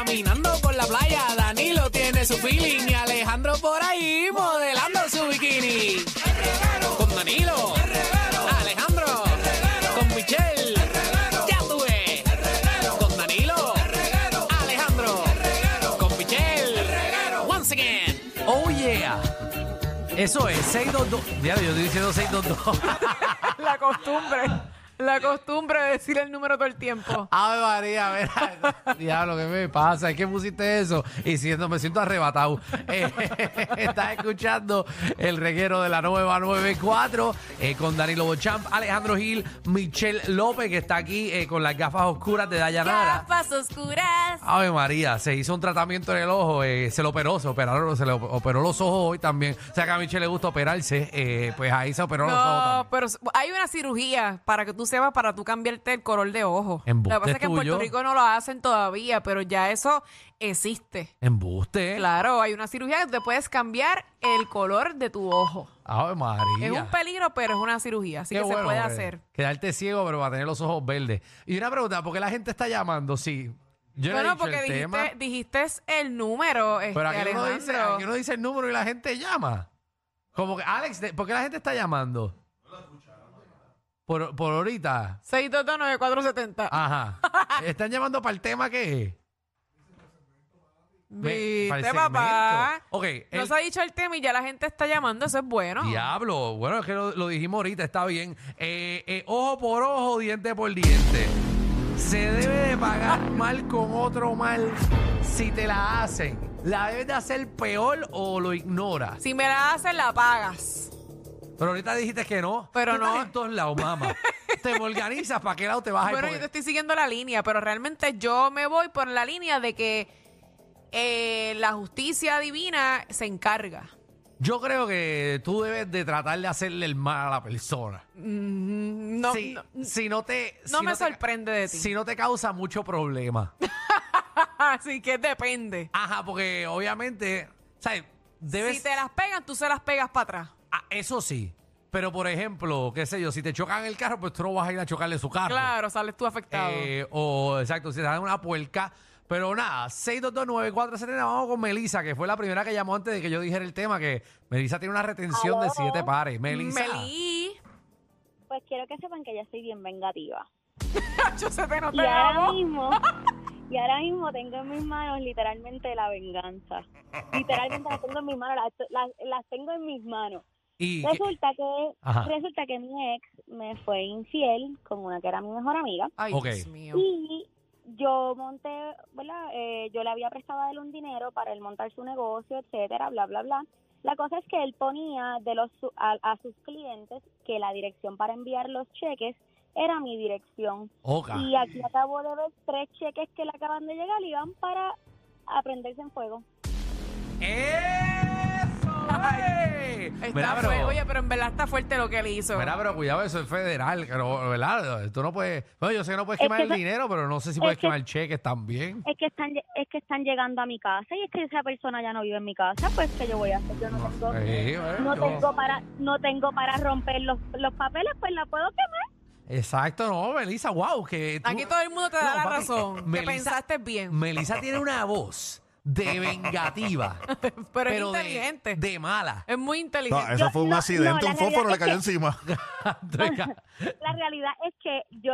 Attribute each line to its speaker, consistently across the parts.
Speaker 1: caminando por la playa. Danilo tiene su feeling y Alejandro por ahí modelando su bikini. Con Danilo, Alejandro, con Michelle, ya tuve. Con Danilo, Alejandro, con Michelle, once again. Oh yeah. Eso es 622. Diablo, yo estoy diciendo 622.
Speaker 2: La costumbre. La costumbre de decir el número todo el tiempo.
Speaker 1: Ave María, mira, diablo, ¿qué me pasa? Es que pusiste eso y siento, me siento arrebatado. Eh, estás escuchando el reguero de la nueva 94 eh, con Danilo Bochamp, Alejandro Gil, Michelle López, que está aquí eh, con las gafas oscuras de Dayanara.
Speaker 3: Gafas oscuras.
Speaker 1: Ave María, se hizo un tratamiento en el ojo, eh, se lo operó, se operaron, se le operó los ojos hoy también. O sea que a Michelle le gusta operarse, eh, pues ahí se operó los ojos también.
Speaker 2: No, pero s- hay una cirugía para que tú sepas para tú cambiarte el color de ojo. Lo
Speaker 1: Embuste
Speaker 2: que pasa es que en
Speaker 1: tuyo.
Speaker 2: Puerto Rico no lo hacen todavía, pero ya eso existe.
Speaker 1: Embuste.
Speaker 2: Claro, hay una cirugía que te puedes cambiar el color de tu ojo.
Speaker 1: Ave María.
Speaker 2: Es un peligro, pero es una cirugía, así
Speaker 1: Qué
Speaker 2: que se
Speaker 1: bueno,
Speaker 2: puede
Speaker 1: hombre.
Speaker 2: hacer.
Speaker 1: Quedarte ciego, pero va a tener los ojos verdes. Y una pregunta, ¿por qué la gente está llamando? Sí. Yo no he
Speaker 2: Bueno,
Speaker 1: dicho
Speaker 2: porque
Speaker 1: el tema,
Speaker 2: dijiste, dijiste el número, este,
Speaker 1: pero aquí uno,
Speaker 2: Alejandro.
Speaker 1: dice, aquí uno dice el número y la gente llama. Como que, Alex, de- ¿por qué la gente está llamando? Por, por ahorita.
Speaker 2: 6229470.
Speaker 1: Ajá. Están llamando para el tema que es. Me- para el
Speaker 2: ¿Viste,
Speaker 1: segmento.
Speaker 2: papá?
Speaker 1: Ok.
Speaker 2: No
Speaker 1: el-
Speaker 2: se ha dicho el tema y ya la gente está llamando, eso es bueno.
Speaker 1: Diablo, bueno, es que lo, lo dijimos ahorita, está bien. Eh, eh, ojo por ojo, diente por diente. Se debe de pagar mal con otro mal si te la hacen. ¿La debes de hacer peor o lo ignoras?
Speaker 2: Si me la hacen, la pagas.
Speaker 1: Pero ahorita dijiste que no.
Speaker 2: Pero
Speaker 1: Tú estás
Speaker 2: no.
Speaker 1: en todos lados, mamá. te organizas, ¿para qué lado te vas a ir?
Speaker 2: Bueno, yo
Speaker 1: Porque-
Speaker 2: te estoy siguiendo la línea, pero realmente yo me voy por la línea de que eh, la justicia divina se encarga.
Speaker 1: Yo creo que tú debes de tratar de hacerle el mal a la persona.
Speaker 2: Mm, No,
Speaker 1: si,
Speaker 2: no,
Speaker 1: si no te...
Speaker 2: no
Speaker 1: si
Speaker 2: me
Speaker 1: te-
Speaker 2: sorprende de ti.
Speaker 1: Si no te causa mucho problema.
Speaker 2: Así que depende.
Speaker 1: Ajá, porque obviamente, ¿sabes? Debes,
Speaker 2: Si te las pegan, tú se las pegas para atrás.
Speaker 1: Ah, eso sí. Pero, por ejemplo, qué sé yo, si te chocan el carro, pues tú no vas a ir a chocarle su carro.
Speaker 2: Claro, sales tú afectado.
Speaker 1: pues. Eh, o, exacto, si te dan una puerca. Pero nada, 6229470, vamos con Melisa, que fue la primera que llamó antes de que yo dijera el tema, que Melisa tiene una retención de siete pares. Melisa.
Speaker 2: Meli,
Speaker 4: Pues quiero que sepan que yo soy bien vengativa.
Speaker 2: yo se te nota
Speaker 4: Y
Speaker 2: el
Speaker 4: ahora
Speaker 2: amo.
Speaker 4: mismo, y ahora mismo tengo en mis manos literalmente la venganza. Literalmente la tengo en mis manos, las las tengo en mis manos.
Speaker 1: Y que-
Speaker 4: Resulta que,
Speaker 1: Ajá.
Speaker 4: resulta que mi ex me fue infiel con una que era mi mejor amiga.
Speaker 2: Ay,
Speaker 1: Ok.
Speaker 2: Dios mío.
Speaker 4: Y yo monté, ¿verdad? Eh, yo le había prestado a él un dinero para él montar su negocio, etcétera, bla, bla, bla. La cosa es que él ponía de los su- a, a sus clientes que la dirección para enviar los cheques era mi dirección.
Speaker 1: Oca.
Speaker 4: Y aquí acabo de ver tres cheques que le acaban de llegar y van para aprenderse en fuego.
Speaker 1: ¡Eso! eh!
Speaker 2: Está
Speaker 1: Mira, pero-
Speaker 2: fuerte. Oye, pero en verdad está fuerte lo que él hizo.
Speaker 1: Mira, pero cuidado, eso es federal, pero, ¿verdad? Tú no puedes. Bueno, yo sé que no puedes
Speaker 4: Es
Speaker 1: quemar
Speaker 4: que
Speaker 1: el
Speaker 4: eso-
Speaker 1: dinero, pero no sé si puedes
Speaker 4: es que-
Speaker 1: quemar cheques también.
Speaker 4: Es que están lle- es que están llegando a mi casa y es que esa persona ya no vive en mi casa, pues que yo voy a hacer, yo no tengo
Speaker 1: Sí, bueno,
Speaker 4: no
Speaker 1: yo-
Speaker 4: tengo para no tengo para romper los, los papeles, pues la puedo quemar.
Speaker 1: Exacto, no, Melissa, wow, que tú-
Speaker 2: Aquí todo el mundo te da
Speaker 1: No,
Speaker 2: la
Speaker 1: papi,
Speaker 2: razón. Te
Speaker 1: Melissa-
Speaker 2: pensaste bien.
Speaker 1: Melissa tiene una voz de vengativa,
Speaker 2: Pero,
Speaker 1: pero
Speaker 2: es
Speaker 1: de-
Speaker 2: inteligente.
Speaker 1: De, mala.
Speaker 2: es muy inteligente.
Speaker 5: No, eso
Speaker 4: Yo-
Speaker 5: fue un
Speaker 4: no, no,
Speaker 5: accidente,
Speaker 4: la
Speaker 5: un fósforo
Speaker 4: realidad
Speaker 5: le
Speaker 4: es
Speaker 5: cayó
Speaker 4: que-
Speaker 5: encima.
Speaker 4: La realidad es que yo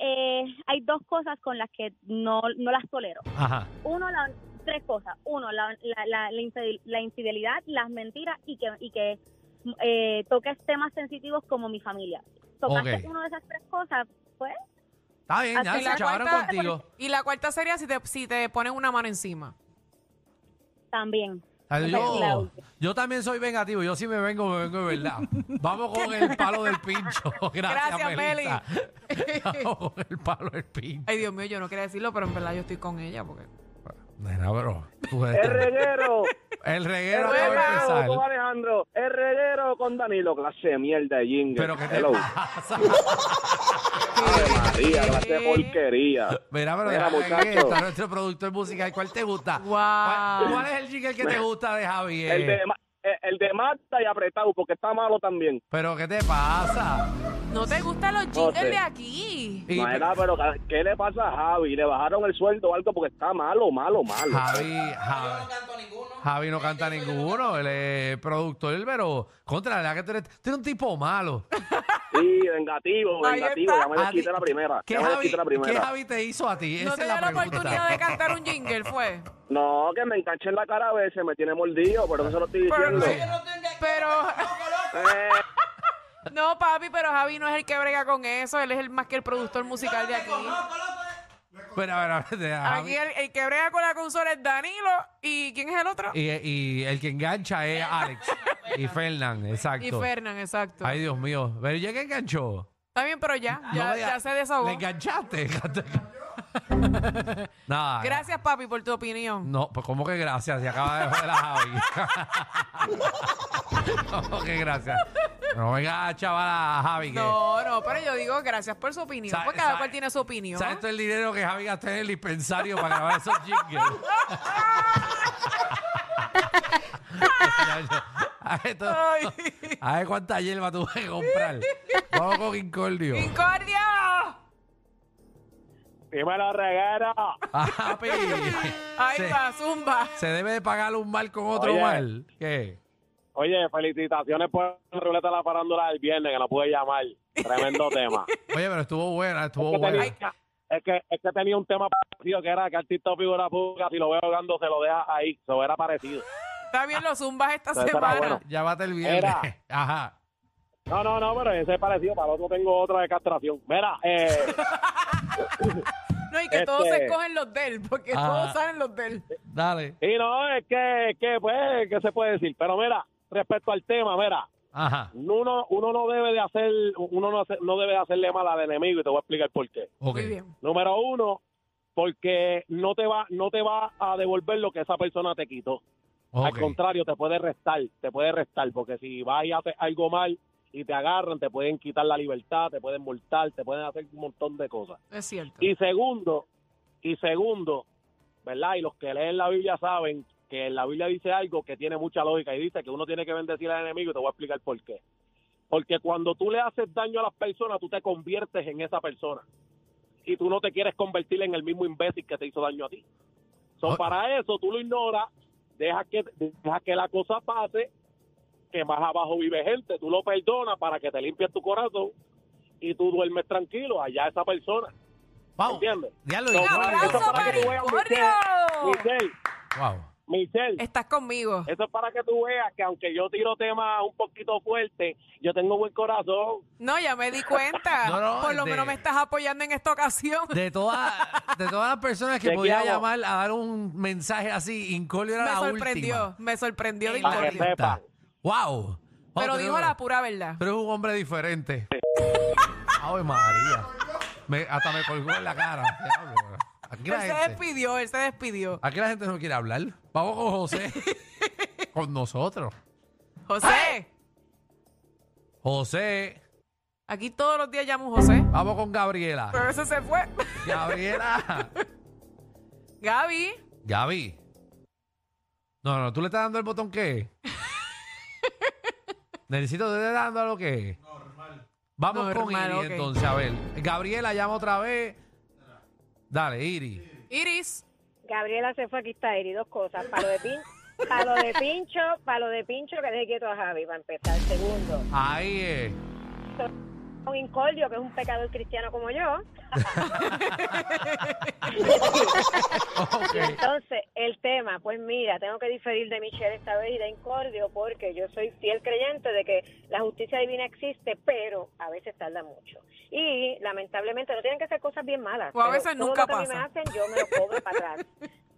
Speaker 4: eh, hay dos cosas con las que no, no las tolero.
Speaker 1: Ajá.
Speaker 4: Uno, la- tres cosas. Uno, la, la, la, la infidel- la infidelidad, las mentiras y que, y que eh, toques temas sensitivos como mi familia. Tocaste
Speaker 1: Ok.
Speaker 4: una de esas tres cosas, pues
Speaker 1: Está bien, ya
Speaker 4: Así
Speaker 1: se
Speaker 4: la
Speaker 1: chavaron
Speaker 2: cuarta-
Speaker 1: contigo.
Speaker 2: Y la cuarta sería si te, si te ponen una mano encima.
Speaker 4: también.
Speaker 1: Ay,
Speaker 4: Esa es la
Speaker 1: Yo,
Speaker 4: última.
Speaker 1: yo también soy vengativo, yo sí me vengo, me vengo de verdad. Vamos con el palo del pincho. Gracias,
Speaker 2: Gracias,
Speaker 1: Melissa. Vamos con el palo del pincho.
Speaker 2: Ay, Dios mío, yo no quería decirlo, pero en verdad yo estoy con ella. porque
Speaker 1: Nena, bro. tú eres-
Speaker 6: El reguero.
Speaker 1: el
Speaker 6: El
Speaker 1: reguero acaba de
Speaker 6: reguero con
Speaker 1: empezar.
Speaker 6: Alejandro. El reguero con Danilo. Clase de mierda de jingle.
Speaker 1: Pero que te
Speaker 6: Hello.
Speaker 1: pasa.
Speaker 6: Ave María, clase de porquería.
Speaker 1: Mira, pero
Speaker 6: Mira,
Speaker 1: déjame ver que
Speaker 6: muchacho.
Speaker 1: está nuestro productor musical. ¿Cuál te gusta?
Speaker 2: Guau.
Speaker 1: ¿Cuál, cuál es el jingle que te gusta de Javier?
Speaker 6: El de, ma- eh, eh, el de Marta y apretado, porque está malo también.
Speaker 1: Pero, ¿qué te pasa?
Speaker 2: No te gustan los
Speaker 6: No
Speaker 2: jingles
Speaker 6: sé.
Speaker 2: de aquí.
Speaker 1: Y-
Speaker 6: Maera, pero ¿qué le pasa a Javi? ¿Le bajaron el sueldo o algo? Porque está malo, malo, malo.
Speaker 1: Javi, Javi. Javi no canta ninguno, él es productor, pero contra la verdad que tú eres, tú eres un tipo malo.
Speaker 6: Sí, vengativo,
Speaker 2: Ahí
Speaker 6: vengativo.
Speaker 2: está.
Speaker 6: Ya me les
Speaker 1: A ti-
Speaker 6: quité la primera.
Speaker 1: ¿Qué,
Speaker 6: ya me les
Speaker 1: Javi,
Speaker 6: quité la
Speaker 1: qué
Speaker 6: primera.
Speaker 1: Javi te hizo a ti?
Speaker 2: No
Speaker 1: Esa
Speaker 2: te
Speaker 1: es
Speaker 2: dio
Speaker 1: la
Speaker 2: la
Speaker 1: pregunta.
Speaker 2: oportunidad de cantar un jingle, fue.
Speaker 6: No, que me enganché en la cara a veces, me tiene mordido, por eso se lo estoy
Speaker 2: Pero,
Speaker 6: diciendo.
Speaker 2: pero-
Speaker 6: Eh,
Speaker 2: no, papi, pero Javi no es el que brega con eso. Él es el más que el productor musical de aquí.
Speaker 1: Pero, a ver, a ver, de Javi.
Speaker 2: Aquí el, el que brega con la consola es Danilo. ¿Y quién es el otro?
Speaker 1: Y, y el que engancha es Alex y Fernán,
Speaker 2: Y
Speaker 1: exacto.
Speaker 2: Fernán, exacto.
Speaker 1: Ay, Dios mío. Pero ya que enganchó.
Speaker 2: Está bien, pero ya,
Speaker 1: No
Speaker 2: ya,
Speaker 1: me-
Speaker 2: ya se desahogó.
Speaker 1: Le enganchaste. Nada.
Speaker 2: Gracias, papi, por tu opinión.
Speaker 1: No, pues ¿cómo que gracias? Se acaba de joder a Javi. ¿Cómo que gracias? No venga, chaval, a Javi. Que,
Speaker 2: No, no, pero yo digo gracias por su opinión,
Speaker 1: Sa-
Speaker 2: porque cada
Speaker 1: sa-
Speaker 2: cual tiene su opinión.
Speaker 1: ¿Sabes todo el dinero que Javi gastó en el dispensario para grabar esos jingles? a ver, todo-
Speaker 2: Ay.
Speaker 1: a ver cuánta hierba tuve que comprar. Vamos con Incordio.
Speaker 2: ¡Incordia!
Speaker 6: Dímelo, reguero.
Speaker 1: Ah, pi.
Speaker 2: Ay,
Speaker 1: se,
Speaker 2: va, zumba.
Speaker 1: se debe de pagar un mal con otro
Speaker 6: Oye.
Speaker 1: mal. ¿Qué?
Speaker 6: Oye, felicitaciones por la ruleta de la farándula del viernes, que no pude llamar. Tremendo tema.
Speaker 1: Oye, pero estuvo buena, estuvo
Speaker 6: que
Speaker 1: buena.
Speaker 6: tenía- es que, es que tenía un tema parecido que era que artista o figura pública, si lo veo jugando, se lo deja ahí. Se era parecido.
Speaker 2: Está bien los zumbas esta
Speaker 6: Eso era
Speaker 2: semana.
Speaker 6: bueno.
Speaker 1: Ya bate el viernes.
Speaker 6: Era.
Speaker 1: Ajá.
Speaker 6: No, no, no, pero ese es parecido. Para el otro tengo otra de castración. Mira, eh,
Speaker 2: No, y que
Speaker 6: Este-
Speaker 2: todos se escogen los de él, porque
Speaker 1: Ah.
Speaker 2: todos saben los de él.
Speaker 1: Dale.
Speaker 6: y no, es que, es que, pues, ¿qué se puede decir? Pero mira, respecto al tema, mira,
Speaker 1: Ajá.
Speaker 6: uno, uno no debe de hacer, uno no, hace- no debe de hacerle mal al enemigo y te voy a explicar por qué.
Speaker 1: Ok.
Speaker 2: Muy bien.
Speaker 6: Número uno, porque no te va, no te va a devolver lo que esa persona te quitó.
Speaker 1: ok.
Speaker 6: Al contrario, te puede restar, te puede restar, porque si vas y haces algo mal y te agarran, te pueden quitar la libertad, te pueden multar, te pueden hacer un montón de cosas.
Speaker 2: Es cierto.
Speaker 6: Y segundo, y segundo, ¿verdad? Y los que leen la Biblia saben que en la Biblia dice algo que tiene mucha lógica y dice que uno tiene que bendecir al enemigo y te voy a explicar por qué. Porque cuando tú le haces daño a las personas, tú te conviertes en esa persona. Y tú no te quieres convertir en el mismo imbécil que te hizo daño a ti. So,
Speaker 1: Oh.
Speaker 6: Para eso tú lo ignoras, deja que, deja que la cosa pase, que más abajo vive gente, tú lo perdonas para que te limpies tu corazón y tú duermes tranquilo allá esa persona.
Speaker 1: Vamos.
Speaker 6: ¿Entiendes?
Speaker 1: Diablo,
Speaker 6: No,
Speaker 2: ¡Un
Speaker 1: Incordio.
Speaker 6: vale, eso
Speaker 2: aplauso
Speaker 6: para
Speaker 2: para
Speaker 6: que tú veas,
Speaker 2: Incordio!
Speaker 6: Michelle,
Speaker 1: Wow.
Speaker 6: Michelle,
Speaker 2: Estás conmigo.
Speaker 6: eso es para que tú veas que aunque yo tiro temas un poquito fuerte, yo tengo buen corazón.
Speaker 2: No, ya me di cuenta.
Speaker 1: No, no,
Speaker 2: Por lo
Speaker 1: de-
Speaker 2: menos me estás apoyando en esta ocasión.
Speaker 1: De, toda- de todas las personas que
Speaker 6: Te
Speaker 1: podía
Speaker 6: quiero.
Speaker 1: llamar a dar un mensaje así, Incordio era
Speaker 2: me
Speaker 1: la
Speaker 2: sorprendió,
Speaker 1: última.
Speaker 2: me sorprendió de
Speaker 6: Para que
Speaker 2: Incordio.
Speaker 6: sepan.
Speaker 1: Wow.
Speaker 2: Pero dijo la pura verdad.
Speaker 1: Pero es un hombre diferente. Ave María. Me- hasta me colgó en la cara. Diablo, bro. Aquí la,
Speaker 2: Él se
Speaker 1: gente,
Speaker 2: despidió, él se despidió.
Speaker 1: aquí la gente no quiere hablar. Vamos con José. con nosotros.
Speaker 2: José,
Speaker 1: José.
Speaker 2: aquí todos los días llamo a José.
Speaker 1: Vamos con Gabriela.
Speaker 2: Pero ese se fue.
Speaker 1: Gabriela.
Speaker 2: Gaby,
Speaker 1: Gaby. No, no, ¿tú le estás dando el botón qué? Necesito, ¿tú le estás dando a lo que? Normal. Vamos con
Speaker 2: Normal,
Speaker 1: Iri
Speaker 2: ok.
Speaker 1: entonces, a ver. Gabriela llama otra vez. Dale, Iri.
Speaker 2: Iris,
Speaker 3: Gabriela se fue, aquí está Eri, dos cosas, palo de pincho, palo de pincho, palo de pincho que deje quieto a Javi para empezar. Segundo,
Speaker 1: Ahí es.
Speaker 3: un incordio que es un pecador cristiano como yo.
Speaker 1: Ok.
Speaker 3: Entonces, el tema, pues mira, tengo que diferir de Michelle esta vez y de incordio porque yo soy fiel creyente de que la justicia divina existe, pero a veces tarda mucho. Y lamentablemente no tienen que ser cosas bien malas.
Speaker 2: O a
Speaker 3: pero
Speaker 2: veces
Speaker 3: todo
Speaker 2: nunca
Speaker 3: lo que a mí
Speaker 2: pasa.
Speaker 3: me hacen, yo me lo cobro para atrás.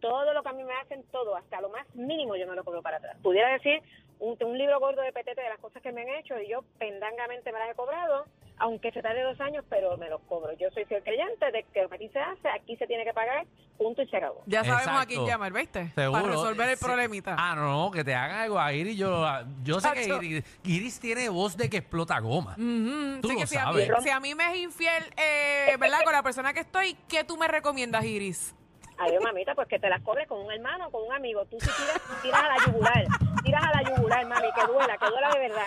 Speaker 3: Todo lo que a mí me hacen, todo, hasta lo más mínimo, yo me lo cobro para atrás. Pudiera decir un, un libro gordo de petete de las cosas que me han hecho y yo pendangamente me las he cobrado, aunque se tarde dos años, pero me los cobro. Yo soy fiel creyente de que lo que aquí se hace, aquí se tiene que pagar, punto y se acabó.
Speaker 2: ya sabemos a quién
Speaker 1: Exacto.
Speaker 2: llamar, ¿viste?
Speaker 1: Seguro.
Speaker 2: Para resolver el
Speaker 1: Sí.
Speaker 2: problemita.
Speaker 1: Ah, no, no, que te hagan algo a Iris. Yo, yo sé que
Speaker 2: Chacho.
Speaker 1: Iris, Iris tiene voz de que explota goma.
Speaker 2: Ujú,
Speaker 1: Tú
Speaker 2: sí
Speaker 1: lo
Speaker 2: que si a, mí,
Speaker 1: sabes.
Speaker 2: si a mí me es infiel, eh, ¿verdad? Con la persona que estoy, ¿qué tú me recomiendas, Iris?
Speaker 3: Adiós, mamita, pues que te las cobres con un hermano o con un amigo. Tú sí tiras, tiras a la yugular. Tiras a la yugular, mami, que duela, que duela de verdad.